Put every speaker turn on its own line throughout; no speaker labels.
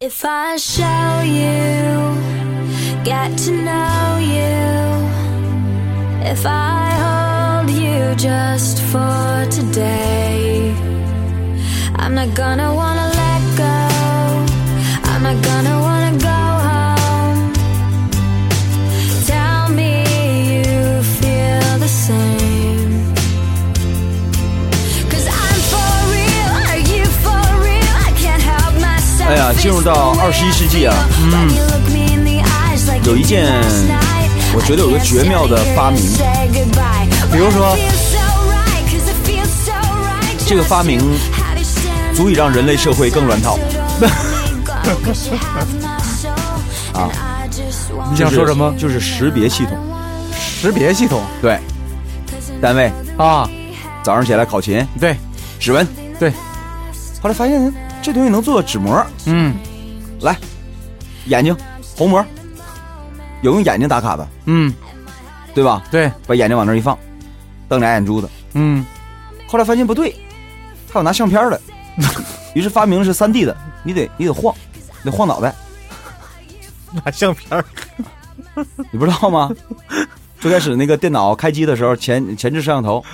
If I show you, get to know you. If I hold you just for today, I'm not gonna wanna let go. I'm not gonna wanna go home. Tell me you feel the same. Cause I'm for real, are you for real? I can't help myself.
哎呀进入到21世纪啊
嗯，
有一件我觉得有个绝妙的发明，比如说这个发明足以让人类社会更乱套。
啊，
你想说什么
就是就是识别系统，
识别系统
对，单位
啊，
早上起来考勤
对
指纹，
对，
后来发现这东西能做纸膜，
嗯
来，眼睛虹膜，有用眼睛打卡的，
嗯，
对吧？
对，
把眼睛往那儿一放，瞪俩眼珠子。
嗯
后来发现不对，还有拿相 片的，于是发明的是三 D 的，你得你得晃，得晃脑袋，
拿相片儿
你不知道吗？ 最开始那个电脑开机的时候，前前置摄像头，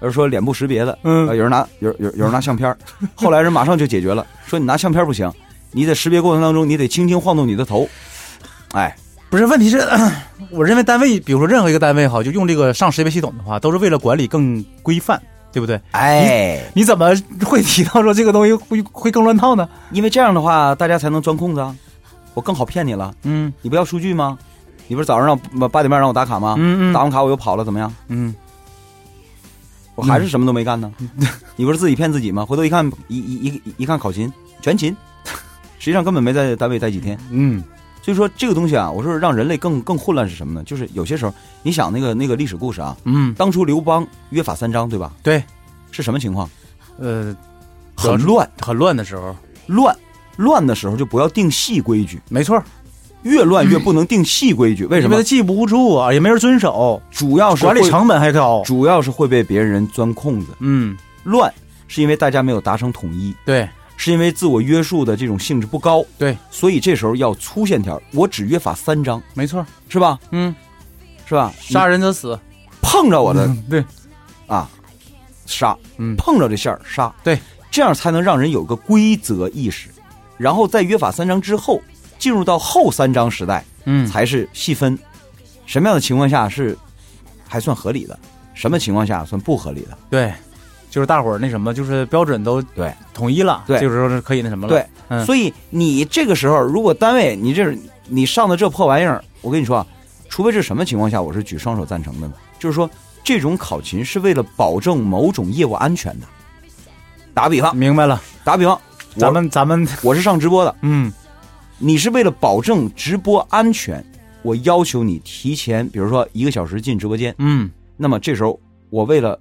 而说脸部识别的，
嗯
呃有人拿有有有人拿相片 儿，后来人马上就解决了，说你拿相片儿不行，你在识别过程当中，你得轻轻晃动你的头，哎，
不是，问题是，我认为单位，比如说任何一个单位哈，就用这个上识别系统的话，都是为了管理更规范，对不对？
哎，
你怎么会提到说这个东西会会更乱套呢？
因为这样的话，大家才能钻空子啊，我更好骗你了，
嗯
你不要数据吗？你不是早上让八点半让我打卡吗？
嗯嗯
打完卡我又跑了，怎么样？
嗯，
我还是什么都没干呢。 你不是自己骗自己吗？回头一看，一一一一看考勤全勤， 实际上根本没在单位待几天。
嗯
所以说这个东西啊，我说让人类更更混乱是什么呢？就是有些时候，你想那个那个历史故事啊，
嗯，
当初刘邦约法三章，对吧？
对，
是什么情况？
呃，主要
很
是
乱
很乱的时候，
乱乱的时候就不要定细规矩，
没错儿，
越乱越不能定细规矩。为什
嗯因为
么
他？记不住啊，也没人遵守，
主要是
管理
会
成本还高。
主要是会被别人钻空子。
嗯，
乱是因为大家没有达成统一，
对
是因为自我约束的这种性质不高。
对，
所以这时候要粗线条，我只约法三章，
没错儿。
是吧？
嗯，
是吧？
杀
人
人者死。
碰着我的、
嗯，对，
啊，杀，
嗯
碰着这线儿杀，
对，
这样才能让人有个规则意识，然后在约法三章之后，进入到后三章时代，
嗯，
才是细分，什么样的情况下是还算合理的，什么情况下算不合理的？
对，就是大伙儿那什么，就是标准都
对
统一了，
对
这个时候是可以那什么了。
对，
嗯
所以你这个时候，如果单位你这你上的这破玩意儿，我跟你说啊，除非是什么情况下，我是举双手赞成的呢？就是说，这种考勤是为了保证某种业务安全的。打比方，
明白了，
打比方，我
咱们咱们
我是上直播的，
嗯。
你是为了保证直播安全，我要求你提前，比如说一个小时进直播间。
嗯
那么这时候，我为了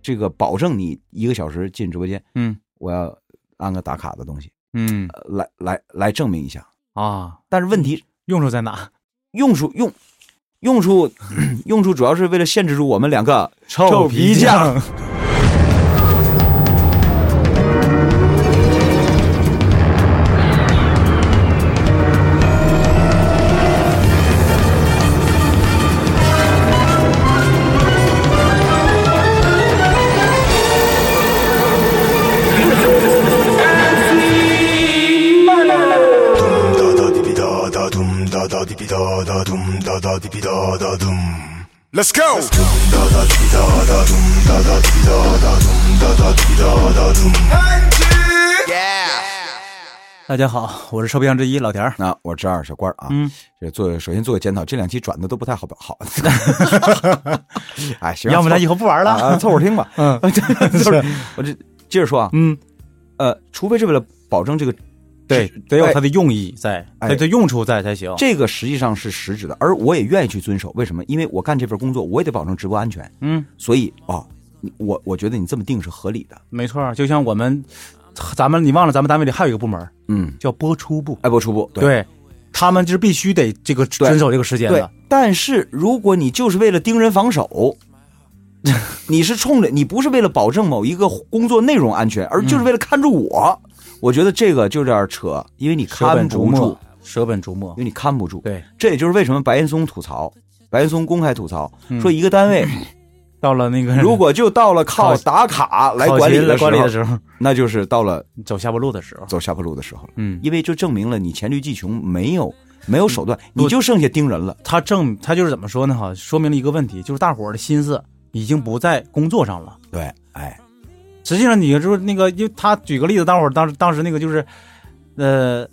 这个保证你一个小时进直播间，
嗯
我要安个打卡的东西，
嗯
呃来来来证明一下。
啊，
但是问题
用处在哪？
用处用用处 用处主要是为了限制住我们两个 臭皮匠。
Dum da da di bi da da dum da da di bi da da dum da da di bi da da dum. Let's go. Dum da da di bi da da dum da da di bi da da dum da da di bi da da dum.
大家好，我是臭皮匠之一老田儿。
那我这二小官啊，
嗯
这做首先做个检讨，这两期转的都不太好 好。哎，行，
要不咱以
后
后不玩了？
啊，凑合听吧。
嗯
就是我这接着说啊，
嗯，
呃，除非是为了保证这个，
对
是，
得有
哎
它的用意在，
哎
它的用处在才行。
这个实际上是实质的，而我也愿意去遵守。为什么？因为我干这份工作，我也得保证直播安全。
嗯，
所以啊、哦你我我觉得你这么定是合理的。
没错儿，就像我们，咱们你忘了咱们单位里还有一个部门儿
嗯，
叫播出部，
爱播出不？
对，他们就是必须得这个遵守这个时间
对
的。，
但是如果你就是为了盯人防 守，
嗯
你是冲着你不是为了保证某一个工作内容安全，而就是为了看住我，我觉得这个就有点扯，因为你
舍
看
本
不
逐
住
末，，舍本逐末
因为。你看不住。
对，
这也就是为什么白岩松吐槽，白岩松公开吐槽、
嗯
说，一个单 位
到了那个
如果就到了靠
考
打卡来
考
管理
勤来
的时
管理
候
的，时候，
那就是到了
走下坡路的时候，
走下坡路的时候了，
嗯，
因为这证明了你黔驴技穷，没有没有手段，你
不
就剩下盯人了。
他证他就是怎么说呢？哈，说明了一个问题，就是大伙儿的心思已经不在工作上了。
对，哎，
实际上，你就是那个，因为他举个例子，大伙儿当时当时那个就是，呃，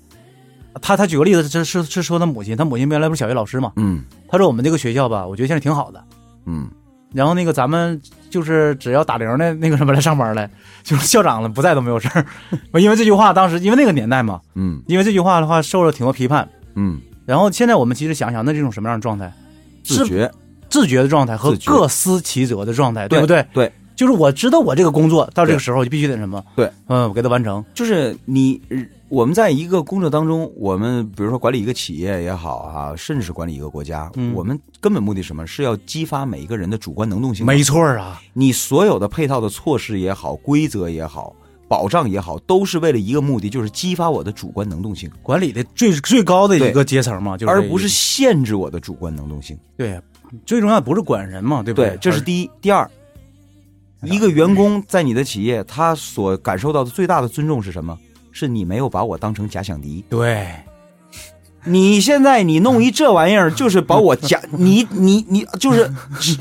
他他举个例子是是是说他母亲，他母亲原来不是小学老师嘛？
嗯
他说我们这个学校吧，我觉得现在挺好的。
嗯，
然后那个咱们就是只要打铃的那个什么来上班来，就是校长了不在都没有事儿。 因为这句话当时因为那个年代嘛，
嗯
因为这句话的话受了挺多批判。
嗯，
然后现在我们其实想想，那是一种什么样的状态？
自觉，
自觉的状态和
自觉
各司其责的状态，对不
对
对？？
对，
就是我知道我这个工作到这
对
个时候就必须得什么，
对，
嗯，我给它完成，
就是你，我们在一个工作当中，我们比如说管理一个企业也好啊，甚至是管理一个国家，
嗯
我们根本目的是什么？是要激发每一个人的主观能动性。
没错儿啊，
你所有的配套的措施也好，规则也好，保障也好，都是为了一个目的，就是激发我的主观能动性，
管理的最最高的
对
一个阶层嘛，就是这
而
个
不是限制我的主观能动性。
对，最重要的不是管人嘛，对不哎
对，这是第一。第二，一个员工在你的企业，他所感受到的最大的尊重是什么？是你没有把我当成假想敌。
对，
你现在你弄一这玩意儿，就是把我 假你你你就是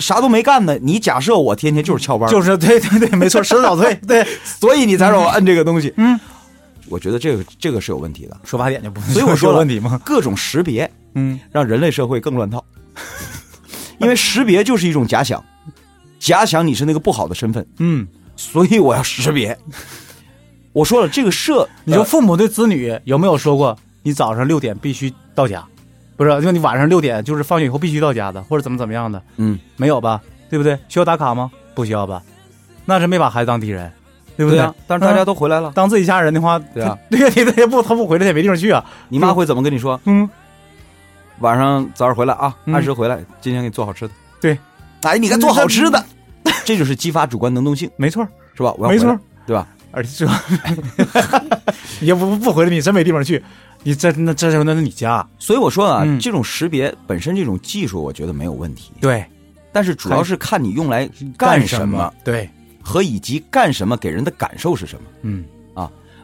啥都没干呢。你假设我天天就是翘班，
就是对对对，没错，迟早退， 对，
所以你才让我摁这个东西。
嗯，
我觉得这个这个是有问题的。
出发点就不，
所以我说
有
了
问题嘛，
各种识别
嗯，
让人类社会更 乱套，因为识别就是一种假想，假想你是那个不好的身份，
嗯，
所以我要识别。我说了，这个社呃
你说父母对子女有没有说过，你早上六点必须到家，不是，就你晚上六点就是放学以后必须到家的，或者怎么怎么样的，
嗯，
没有吧？对不对？需要打卡吗？不需要吧？那是没把孩子当敌人，对不
对啊，但是大家
都
都回来了，
当自己家人的话，
对啊，
对呀，你他也 不他不回来，他也没地方去啊。
你妈会怎么跟你说？
嗯，
晚上早点回来啊，
嗯
按时回来，今天给你做好吃的。
对，
哎，你看做好吃的， 这就是激发主观能动性，
没错儿，
是吧？我要
没错
回
儿
来，，对吧？
而且这， 你要不不回来，你真没地方去。你这那这那是你家，
所以我说啊，
嗯
这种识别本身这种技术，我觉得没有问题，
对，
但是主要是看你用来干什么。？
对，
和以及干什么给人的感受是什么。
嗯，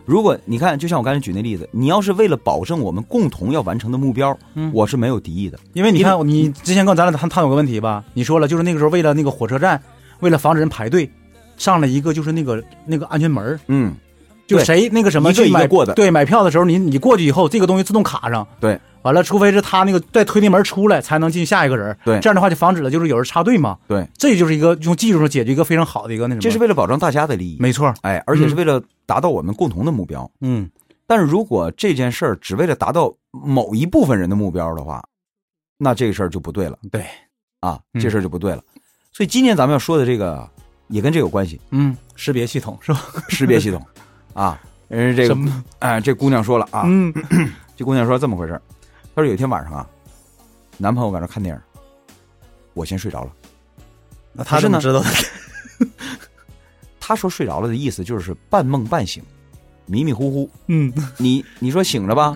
如果你看，就像我刚才举那例子，你要是为了保证我们共同要完成的目标，
嗯
我是没有敌意的。
因为你
因为
看，你之前跟咱俩探探讨有个问题吧，你说了，就是那个时候为了那个火车站，为了防止人排队，上了一个就是那个那个安全门儿
嗯，
就
对
谁那个什么
一个
去
一个
买
过的
对，买票的时候你你过去以后，这个东西自动卡上，
对，
完了，除非是他那个再推那门出来，才能进下一个人，
对
这样的话就防止了就是有人插队嘛，
对，
这就是一个用技术上解决一个非常好的一个那什么，
这是为了保障大家的利益，
没错，
哎，而且是为了达到我们共同的目标。
嗯，
但是如果这件事儿只为了达到某一部分人的目标的话，那这个事儿就不对了
对，
啊，
嗯
这事儿就不对了。所以今天咱们要说的这个也跟这有关系，
嗯，识别系统是吧？
识别系统 啊。人这个
嗯什么？
哎、这姑娘说了啊，
嗯，
这姑娘说这么回事儿，她说有一天晚上啊，男朋友搁那看电影，我先睡着了。
那
可
他
是
怎么
呢
知道的？
她说睡着了的意思就是半梦半醒，迷迷糊糊。
嗯，
你你说醒着吧，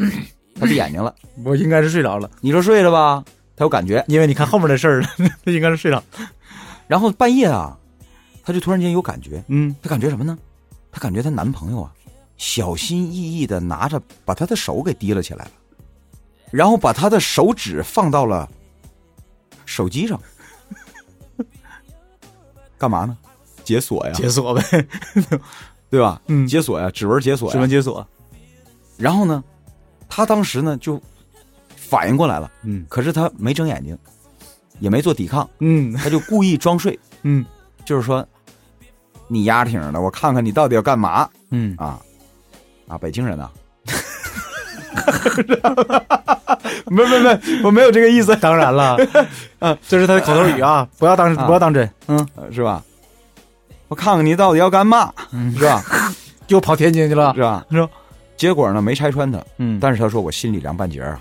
她闭眼睛了；
我应该是睡着了，
你说睡了吧，她有感觉。
因为你看后面的事儿了， 他应该是睡着了，
然后半夜啊，她就突然间有感觉，
嗯，
她感觉什么呢？她感觉她男朋友啊，小心翼翼的拿着把她的手给提了起来了，然后把她的手指放到了手机上， 干嘛呢？解锁呀，
解锁呗，
对吧？
嗯
解锁呀，指纹解锁
指
呀
纹。解锁，
然后呢，她当时呢就反应过来了，
嗯
可是她没睁眼睛，也没做抵抗，
嗯
她就故意装睡，
嗯
就是说你丫挺的，我看看你到底要干嘛。
嗯，
啊啊，北京人啊，
没没没，我没有这个意思。当然了， 嗯，这是他的口头语啊， 不要当
啊
不要当真，嗯，
呃是吧？我看看你到底要干嘛，是 吧？
又跑天津去了
是，吧？
是吧？
结果呢，没拆穿他，
嗯
但是他说我心里凉半截儿啊。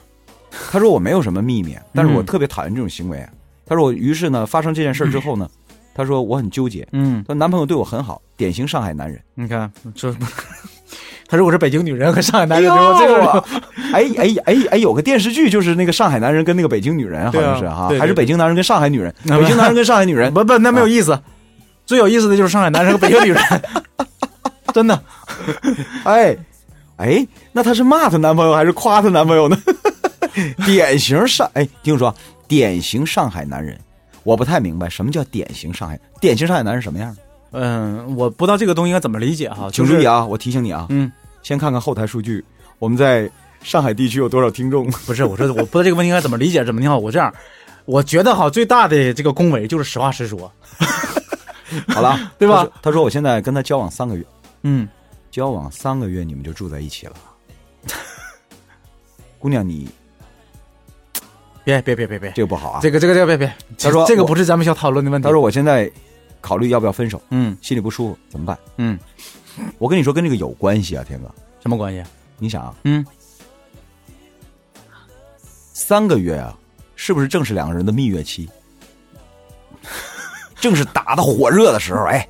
他说我没有什么秘密，啊
嗯
但是我特别讨厌这种行为啊。他说我，于是呢，发生这件事之后呢，他说我很纠结。
嗯，
她男朋友对我很好，典型上海男人。
你看这 他如果是北京女人和上海男人，我这
哎
个
哎哎哎哎，有个电视剧就是那个上海男人跟那个北京女人，好
对啊
像是哈
对，对
还是北京男人跟上海 女人，
嗯
北京男人跟上海女人，
不不，那没有意思。最有意思的就是上海男人和北京 女人，真的。
哎哎，那她是骂她男朋友还是夸她男朋友呢？ 典型上哎，听我说啊，典型上海男人，我不太明白什么叫典型上海，典型上海男人什么样？
嗯，我不知道这个东西应该怎么理解哈，就
请注
是
意啊，我提醒你啊，
嗯，
先看看后台数据，我们在上海地区有多少听 众？
不是我说我不知道这个问题应该怎么理解，怎么挺好。我这样，我觉得哈，最大的这个恭维就是实话实说。
好了，
对吧
他说？他说我现在跟他交往三个月，
嗯，
交往三个月你们就住在一 起了，姑娘你
别别别别别，
这个不好啊。
这个这个这个别别，
他说
这个
我
不是咱们想讨论的问题。
他说我现在考虑要不要分手，
嗯
心里不舒服怎么办？
嗯，
我跟你说跟这个有关系啊，天哥，
什么关系？
你想啊，
嗯，
三个月啊，是不是正是两个人的蜜月期？ 正是打的火热的时候，哎，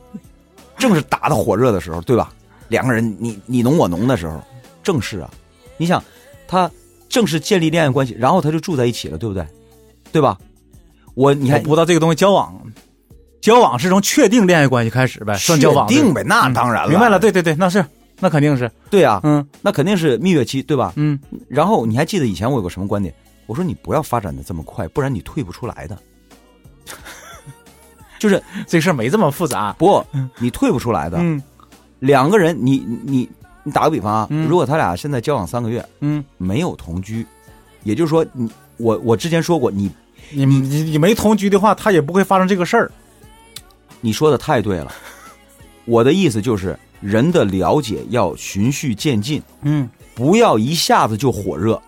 正是打的火热的时候，对吧？两个人你你侬我侬的时候，正是啊。你想，他正是建立恋爱关系，然后他就住在一起了，对不对？对吧？我你
你
看
哎不知道这个东西交往，交往是从确定恋爱关系开始呗，算交往嗯
确定呗，那当然了，
明白了，对对对，那是那肯定是，
对啊，
嗯
那肯定是蜜月期，对吧？
嗯
然后你还记得以前我有个什么观点？我说你不要发展的这么快，不然你退不出来的。就是
这事儿没这么复杂。啊
不，你退不出来的。
嗯
两个人，你你你打个比方啊，
嗯
如果他俩现在交往三个月
嗯，
没有同居，也就是说你我我之前说过，你
你你你没同居的话，他也不会发生这个事儿。
你说的太对了。 我的意思就是，人的了解要循序渐进，
嗯，
不要一下子就火热，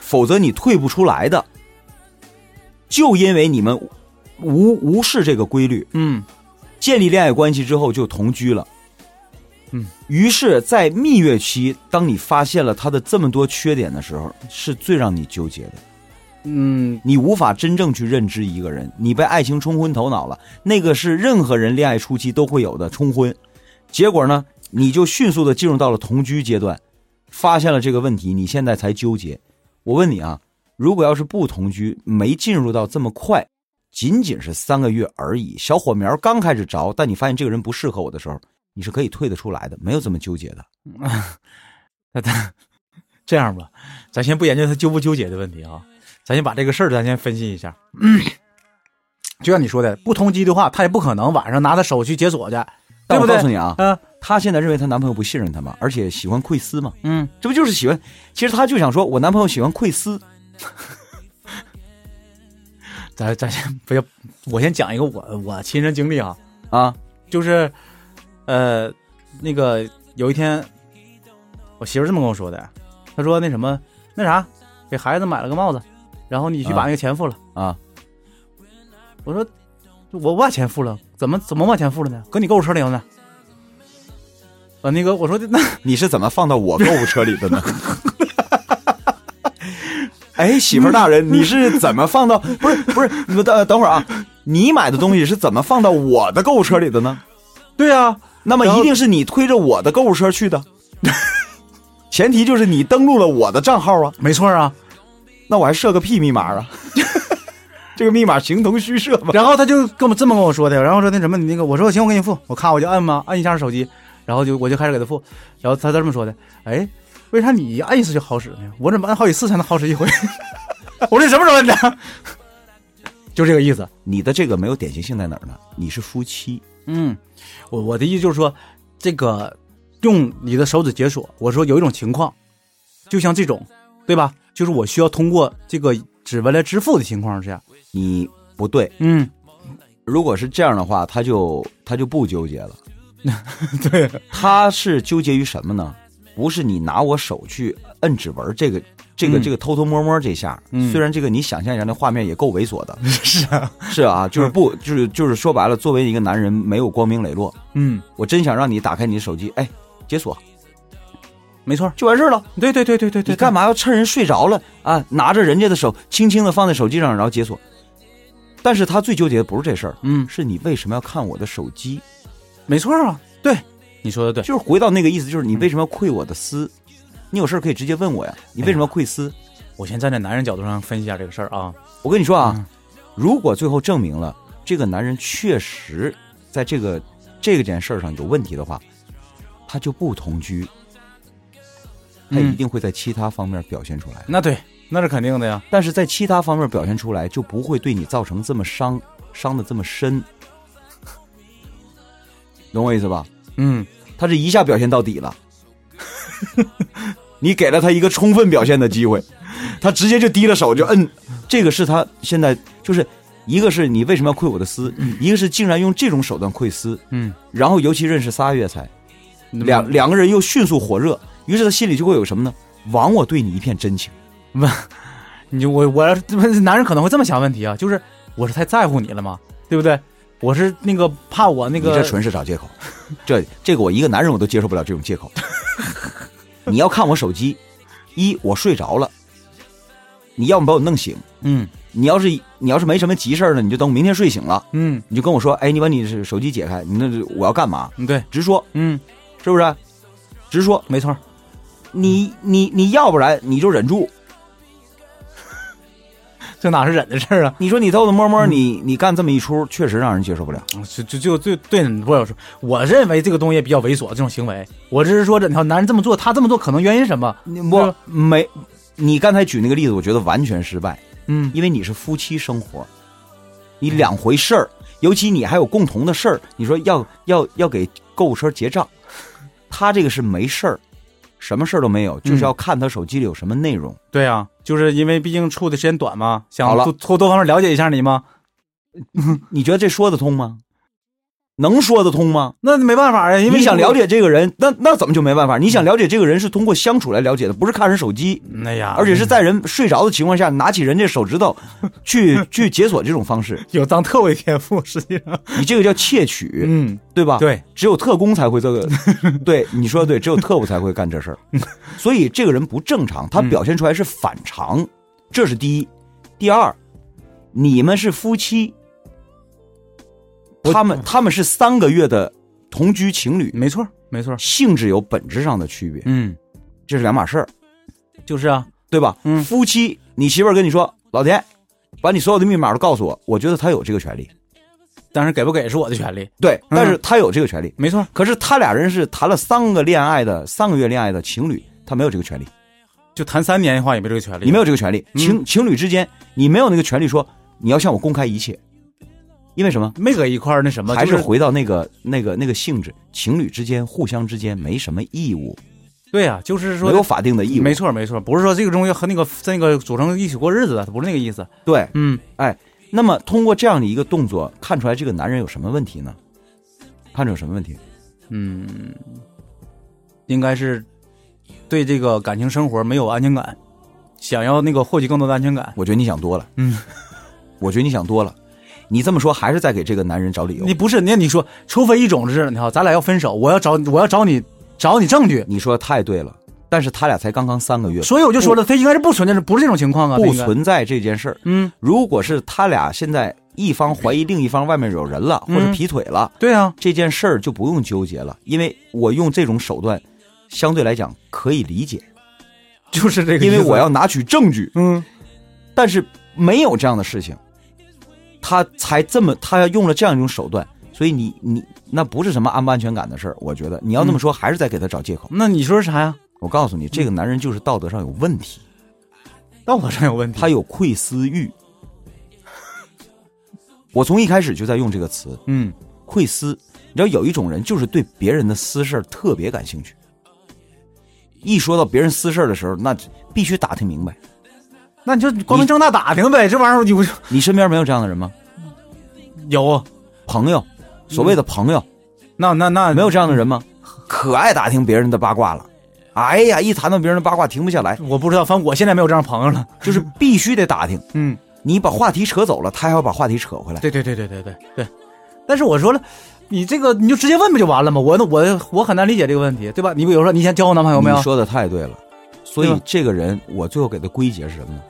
否则你退不出来的。就因为你们无无视这个规律，
嗯，
建立恋爱关系之后就同居了。
嗯，
于是，在蜜月期，当你发现了他的这么多缺点的时候，是最让你纠结的。
嗯，
你无法真正去认知一个人，你被爱情冲昏头脑了。那个是任何人恋爱初期都会有的冲昏，结果呢，你就迅速的进入到了同居阶段，发现了这个问题，你现在才纠结。我问你啊，如果要是不同居，没进入到这么快，仅仅是三个月而已，小火苗刚开始着，但你发现这个人不适合我的时候，你是可以退得出来的，没有这么纠结的。
那他这样吧，咱先不研究他纠不纠结的问题啊，咱先把这个事儿咱先分析一下。就像你说的，不通缉的话，他也不可能晚上拿他手去解锁去，对
但
不
我
对？
告诉你啊，
啊，
她现在认为她男朋友不信任她嘛，而且喜欢窥私嘛。
嗯
这不就是喜欢？其实他就想说，我男朋友喜欢窥私，
咱咱先不要，我先讲一个我我亲身经历啊，
啊，
就是，呃，那个有一天，我媳妇儿这么跟我说的，她说那什么那啥，给孩子买了个帽子，然后你去把
啊
那个钱付了
啊。
我说我把钱付了，怎么怎么把钱付了呢？搁你购物车里头呢。啊，那个我说那
你是怎么放到我购物车里的呢？哎，媳妇儿大人，你是怎么放到？不是不是，你们等等会儿啊，你买的东西是怎么放到我的购物车里的呢？
对啊，
那么
然后
一定是你推着我的购物车去的， 前提就是你登录了我的账号啊。
没错啊。
那我还设个屁密码啊？ 这个密码形同虚设吧？
然后他就跟我这么跟我说的，然后说那什么，你那个我说行，我给你付，我咔我就按嘛，按一下手机，然后就我就开始给他付，然后他他这么说的，哎，为啥你按一次就好使呢？我怎么按好几次才能好使一回？ 我说你什么时候按的？ 就这个意思。
你的这个没有典型性在哪儿呢？你是夫妻，
嗯，我我的意思就是说，这个用你的手指解锁，我说有一种情况，就像这种，对吧？就是我需要通过这个指纹来支付的情况之下，
你不对，
嗯，
如果是这样的话，他就他就不纠结了。
对，
他是纠结于什么呢？不是你拿我手去摁指纹，这个这个、
嗯
这个偷偷摸摸这下，
嗯
虽然这个你想象一下，那画面也够猥琐的，
是啊，
是啊，就是不就是就是说白了，作为一个男人没有光明磊落，
嗯，
我真想让你打开你的手机，哎，解锁
没错，
就完事儿了。
对对对对对对，
你干嘛要趁人睡着了啊，拿着人家的手，轻轻的放在手机上，然后解锁？但是他最纠结的不是这事儿，
嗯，
是你为什么要看我的手机？
没错啊，对，你说的对，
就是回到那个意思，就是
嗯
你为什么要愧我的私？你有事儿可以直接问我
哎
呀，你为什么要愧私？
我先站在男人角度上分析一下这个事儿啊。
我跟你说啊，
嗯
如果最后证明了这个男人确实在这个这个件事儿上有问题的话，他就不同居，他
嗯
一定会在其他方面表现出来。
那对，那是肯定的呀。
但是在其他方面表现出来，就不会对你造成这么伤伤的这么深，懂我意思吧？
嗯，
他这一下表现到底了， 你给了他一个充分表现的机会，他直接就低了手就摁，这个是他现在就是一个是你为什么要窥我的私，一个是竟然用这种手段窥私，
嗯，
然后尤其认识仨月才，两两个人又迅速火热，于是他心里就会有什么呢？枉我对你一片真情，
你就我我要是 男人可能会这么想问题啊，就是我是太在乎你了嘛，对不对？我是那个怕我那
你这
个
纯是找借口， 这这个我一个男人我都接受不了这种借 口。你要看我手机，一我睡着了，你要么把我弄醒。
嗯
你要是你要是没什么急事儿呢，你就等明天睡醒了，
嗯
你就跟我说，哎，你把你手机解开，你那我要干嘛？
嗯对
直说，
嗯
是不是？直说，
没错儿
你你你要不然你就忍住，
这哪是忍的事儿啊？
你说你偷偷摸摸你你干这么一出，确实让人接受不了。
嗯就就就对对，不是我说，我认为这个东西比较猥琐，这种行为，我只是说，这条男人这么做，他这么做可能原因是什么？
你
对
我没，你刚才举那个例子，我觉得完全失败，
嗯，
因为你是夫妻生活，你两回事儿，尤其你还有共同的事儿，你说要要要给购物车结账，他这个是没事儿，什么事儿都没有，就是要看他手机里有什么内容。
对啊，就是因为毕竟处的时间短嘛，想
好了
多多多方面了解一下你嘛。
你觉得这说得通吗？能说得通吗？
那没办法呀，因为
你想了，解这个人，那那怎么就没办法？你想了解这个人是通过相处来了解的，不是看人手机，
哎呀，
而且是在人睡着的情况下拿起人家手指头去去解锁这种方式，
有当特位天赋，实际上，
你这个叫窃取，
嗯，
对吧？，
对，
只有特工才会这 个，对你说的对，只有特务才会干这事儿。所以这个人不正常，
嗯
他表现出来是反常，这是第一。第二，你们是夫妻，
我
他们他们是三个月的同居情侣，
没错儿，没错儿，
性质有本质上的区别，
嗯，
这是两码事儿，
就是啊，
对吧？
嗯
夫妻，你媳妇儿跟你说，老田，把你所有的密码都告诉我，我觉得他有这个权利，
但是给不给是我的权利，
对，
嗯
但是他有这个权利。
没错儿，
可是他俩人是谈了三个恋爱的三个月恋爱的情侣，他没有这个权利，
就谈三年的话也没这个权利，
你没有这个权利。
嗯
情情侣之间，你没有那个权利说你要向我公开一切，因为什么？
没搁一块儿那什么，
还
就是
回到那个那个那个性质，情侣之间互相之间没什么义务，
对呀、就是
没
说
有法定的义务。
没错，没错，不是说这个东西和那个在那个组成一起过日子的，不是那个意思。
对，
嗯，
那么通过这样的一个动作，看出来这个男人有什么问题呢？看出有什么问题？
嗯，应该是对这个感情生活没有安全感，想要那个获取更多的安全感。
我觉得你想多了。
嗯，
我觉得你想多了。你这么说还是在给这个男人找理由。
你
你
不是，那你说，除非一种是，你好，咱俩要分手，我要找我要找你找你证据，
说的太对了，但是他俩才刚刚三个月，
所以我就说了，他应该是不存在，不是这种情况啊，
不
他应该。
存在这件事儿。
嗯，
如果是他俩现在一方怀疑另一方外面有人了，或
嗯
者劈腿了，
对啊，
这件事儿就不用纠结了，因为我用这种手段，相对来讲可以理解，
就是这个意
因为
思，
我要拿取证据。
嗯，
但是没有这样的事情，他才这么，他用了这样一种手段，所以你你那不是什么安不安全感的事儿，我觉得你要
嗯
那么说，还是在给他找借口。
那你说是啥呀？
我告诉你，这个
嗯
男人就是道德上有问题，
道德上有问题，
他有窥私欲。我从一开始就在用这个词
嗯，
“窥私”，你知道有一种人就是对别人的私事儿特别感兴趣，一说到别人私事儿的时候，那必须打听明白。
那你就光明正大打听呗，这玩意儿有
你身边没有这样的人吗？
有啊，
朋友，所谓的朋友，
那那那
没有这样的人吗？可爱打听别人的八卦了。哎呀，一谈到别人的八卦停不下来，
我不知道，反正我现在没有这样朋友 了。
就是必须得打听。
嗯，
你把话题扯走了，他还要把话题扯回来。
对对对对对对对。但是我说了，你这个你就直接问不就完了吗？我那我我很难理解这个问题，对吧？你比如说，你先交过男朋友没有
你？说的太对了。所
对
以
吧
这个人，我最后给他归结是什么呢？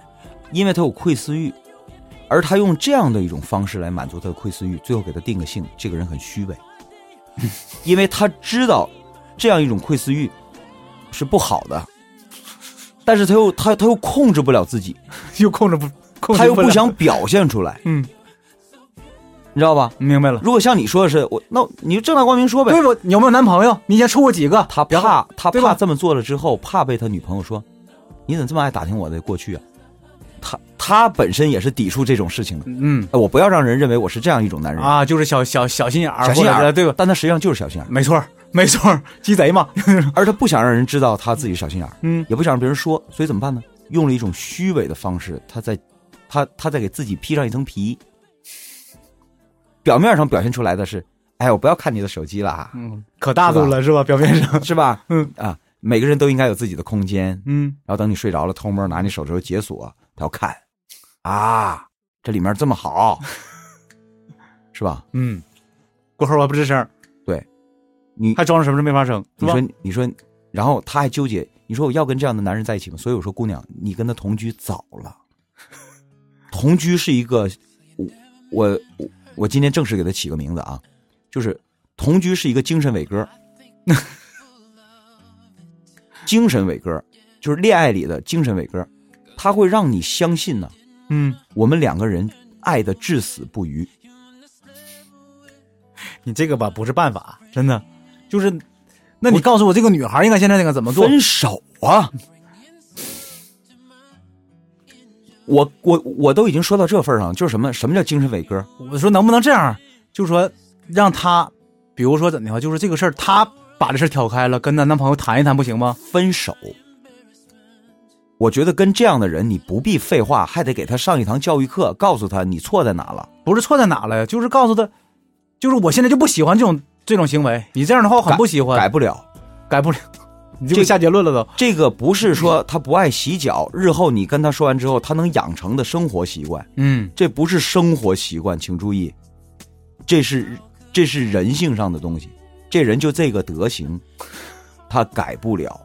因为他有窥私欲，而他用这样的一种方式来 满足他的窥私欲，最后给他定个性，这个人很虚伪，因为他知道这样一种窥私欲是不好的，但是他又他他又控制不了自己，
又控制不，控制
他又
了
不想，表现出来，
嗯，
你知道吧？
明白了。
如果像你说的是我，那你就正大光明说呗
对。不？你有没有男朋友？你以前处过几个？
他
然后
怕他
对吧
怕这么做了之后，怕被他女朋友说，你怎么这么爱打听我的过去啊？他他本身也是抵触这种事情的。
嗯
哎我不要让人认为我是这样一种男人，
啊，就是小小小心眼儿，
小心眼
或者
儿，
是对吧？
但他实际上就是小 心眼儿，
没错儿，没错儿，鸡贼嘛。
而他不想让人知道他自己小心眼儿，
嗯，
也不想让别人说，所以怎么办呢？用了一种虚伪的方式，他在他他在给自己披上一层皮，表面上表现出来的是，哎，我不要看你的手机了啊，
可大度嗯了是吧？表面上，
是吧？
嗯
啊，每个人都应该有自己的空间，
嗯，
然后等你睡着了，偷摸拿你手指头解锁，他要看，啊，这里面这么 好，是吧？
嗯，过会儿我还不吱声儿，
你
还装着什么事没发生，是
你
吧
说你说，然后他还纠结，你说我要跟这样的男人在一起吗？所以我说，姑娘，你跟他同居早 了，同居是一个，我我我我今天正式给他起个名字啊，就是同居是一个精神伟 哥，精神伟哥就是恋爱里的精神伟哥，他会让你相信呢、
嗯，
我们两个人爱的至死不渝。
你这个吧不是办法，真的，就是，那你告诉我这个女孩应该现在应该怎么做？
分手啊！我我我都已经说到这份儿上，就是什么什么叫精神伟哥？
我说能不能这样，就说让她，比如说怎的话，就是这个事儿，她把这事儿挑开了，跟她男朋友谈一谈，不行吗？
分手。我觉得跟这样的人你不必废话，还得给他上一堂教育课，告诉他你错在哪了。
不是错在哪了呀，就是告诉她，就是我现在就不喜欢这种这种行为，你这样的话我很不喜欢，
改不了。
改不了，你就
这
下结论了都。
这个不是说他不爱洗脚，日后你跟他说完之后，他能养成的生活习惯，
嗯
这不是生活习惯，请注意，这是这是人性上的东西。这人就这个德行，他改不了。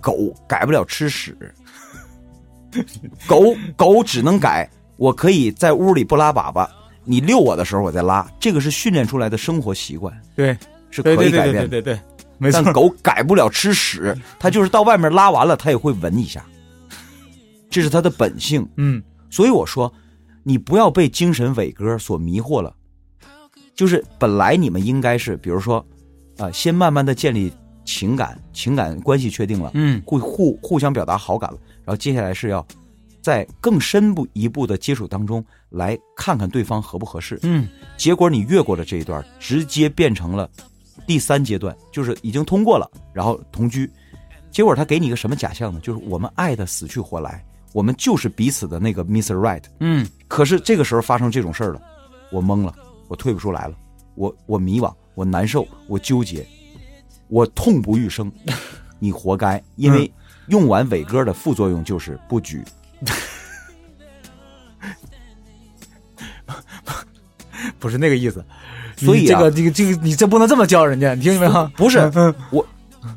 狗改不了吃屎，狗狗只能改。我可以在屋里不拉粑粑，你遛我的时候我再拉，这个是训练出来的生活习惯，，
对，
是可
对
以
对
改
对
变
对
的。
对对，没错
但。狗改不了吃屎，它就是到外面拉完了，它也会闻一下，这是它的本性。
嗯，
所以我说，你不要被精神伟哥所迷惑了。就是本来你们应该是，比如说，啊、先慢慢的建立情感，情感关系确定了，
嗯
互互互相表达好感了，然后接下来是要在更深步一步的接触当中来看看对方合不合适。
嗯，
结果你越过了这一段，直接变成了第三阶段，就是已经通过了，然后同居。结果他给你一个什么假象呢？就是我们爱的死去活来，我们就是彼此的那个 Mr. Right。
嗯，
可是这个时候发生这种事儿了，我懵了，我退不出来了，我我迷惘，我难受，我纠结，我痛不欲生。你活该，因为用完伟哥的副作用就是不举。
不是那个意思。
所以
你这
啊
个这个这个，你这不能这么教人家，你听见没有？
不是
嗯
我，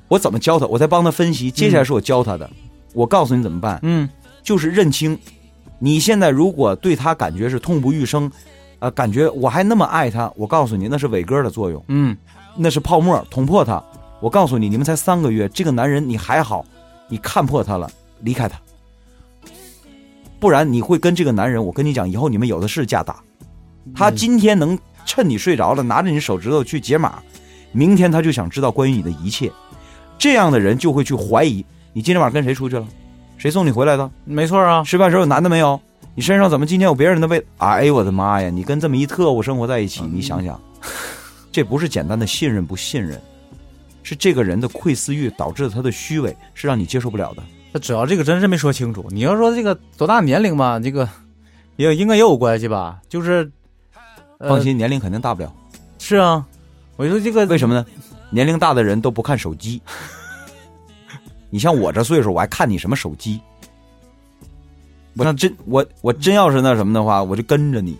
我怎么教他？我在帮他分析，接下来是我教他的。我告诉你怎么办，
嗯
就是认清，你现在如果对他感觉是痛不欲生，啊、感觉我还那么爱他，我告诉你，那是伟哥的作用。
嗯
那是泡沫，捅破它。我告诉你，你们才三个月，这个男人你还好，你看破他了，离开他，不然你会跟这个男人，我跟你讲，以后你们有的是架打。他今天能趁你睡着了，拿着你手指头去解码，明天他就想知道关于你的一切。这样的人就会去怀疑你今天晚上跟谁出去了，谁送你回来的，
没错啊。
吃饭时候有男的没有，你身上怎么今天有别人的味？哎呦我的妈呀！你跟这么一特务生活在一起，你想想，这不是简单的信任不信任，是这个人的窥私欲导致了他的虚伪，是让你接受不了的。
那主要这个真是没说清楚。你要说这个多大年龄吧，这个也应该也有关系吧。就是，呃
放心，年龄肯定大不了。
是啊。我就说这个
为什么呢？年龄大的人都不看手机。 你像我这岁数，我还看你什么手机？我真我我真要是那什么的话，我就跟着你，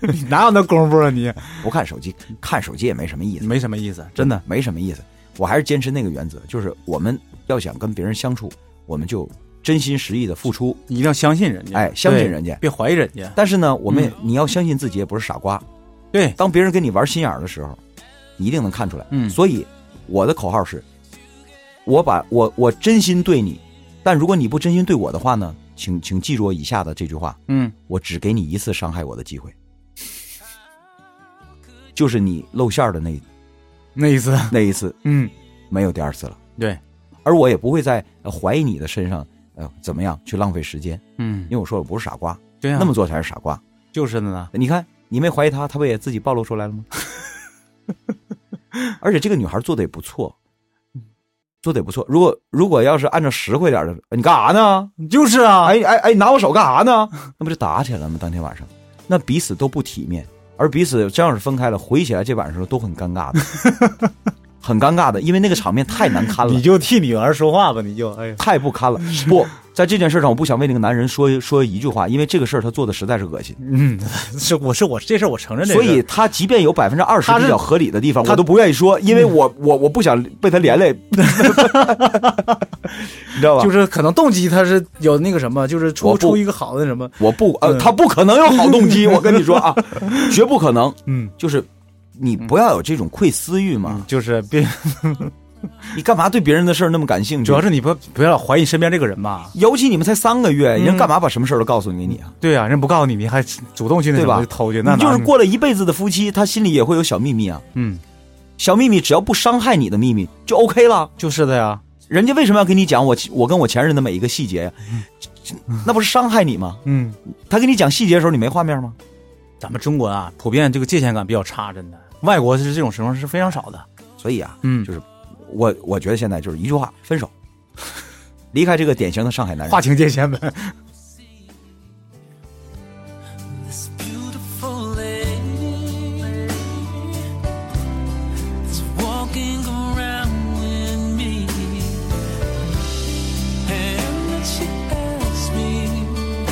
你哪有那功夫啊你？
不看手机，看手机也没什么意思。
没什么意思，
真
真的
的。没什么意思。我还是坚持那个原则，就是我们要想跟别人相处，我们就真心实意的付出。
你一定要相信人家，
哎相信人家
对别怀疑人家。
但是呢，我们也、你要相信自己也不是傻瓜。
嗯对，
当别人跟你玩心眼儿的时候，你一定能看出来。
嗯
所以我的口号是：我把我我真心对你，但如果你不真心对我的话呢，请请记住我以下的这句话：
嗯，
我只给你一次伤害我的机会， 就是你露馅儿的那
那意思，
那一次，
嗯，
没有第二次了。
对，
而我也不会在呃怀疑你的身上，呃，怎么样去浪费时间，
嗯
因，为我说我不是傻瓜，
对啊，
那么做才是傻瓜。
就是的呢，
你看，你没怀疑他，他不也自己暴露出来了吗？而且这个女孩做的也不错，做的也不错。如果如果要是按照实惠点儿的，呃你干啥呢？
就是啊，
哎哎哎，拿我手干啥呢？那不就打起来了吗？当天晚上，那彼此都不体面，而彼此真要是分开了，回忆起来这晚上都很尴尬的，很尴尬的，因为那个场面太难堪了
你。就替女儿说话吧，你就哎呀，
太不堪了。
嗯
不在这件事上，我不想为那个男人说说一句话，因为这个事儿他做的实在是恶心。
嗯，是我是我这事儿我承认这事
所
儿，
以他即便有百分之二十
他是
比较合理的地方，
他
我都不愿意说，因为
嗯
我我我不想被他连累， 你知道吧？
就是是可能动机他是有那个什么，就是
我
出
不
出一个好的什么，
我不呃，
嗯
他不可能有好动 机，我跟你说啊，绝不可能。
嗯，
就是你不要有这种窥私欲嘛，
嗯
就是别
你干嘛对别人的事儿那么感兴趣？
主要是你不不要老怀疑身边这个人吧，
尤其你们才三个月，
嗯
人干嘛把什么事儿都告诉你你啊？
对啊，人不告诉你，你还主动去那
对
什
吧
么就偷去，那
你就是
哪
过了一辈子的夫妻，他心里也会有小秘密啊。
嗯，
小秘密只要不伤害你的秘密就 OK 了。
就是的呀，
人家为什么要跟你讲我我跟我前任的每一个细节呀？这这那不是伤害你吗？
嗯，
他跟你讲细节的时候，你没画面吗？
咱们中国啊，普遍这个界限感比较差，真的，外国是这种情况是非常少的，
所以啊，
嗯
就，是我我觉得现在就是一句话，分手，离开这个典型的上海男人
划。清界限呗，
This beautiful lady is walking around with me, and when she asks me,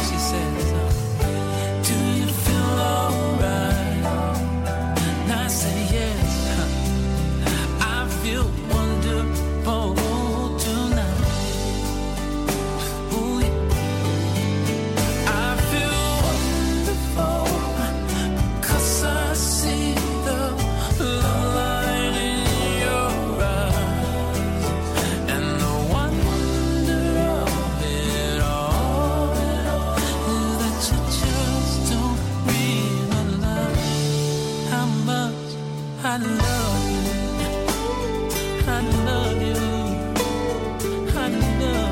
she says, uh, "Do you feel alright?" And I say yes. huh. I feel wonderful tonight. Ooh, yeah. I feel wonderful 'cause I see the love light in your eyes and the wonder of it all that you just don't realize how much I love you. I love you. I love you.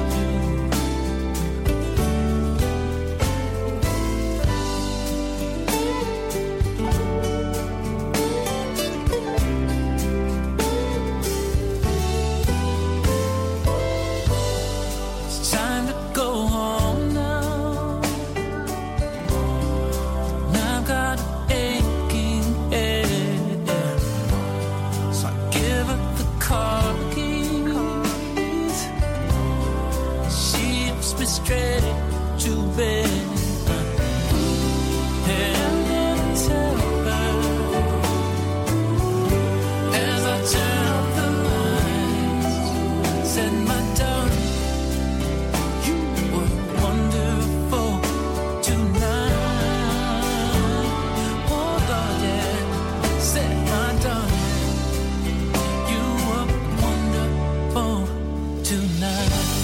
It's time to go home now. And I've got an aching head. So I give up the car keys. She helps me straight to bed. And then I tell her as I turn off the lights, said my darling. You were wonderful tonight. Oh God, yeah, said my darling, you were wonderful tonight.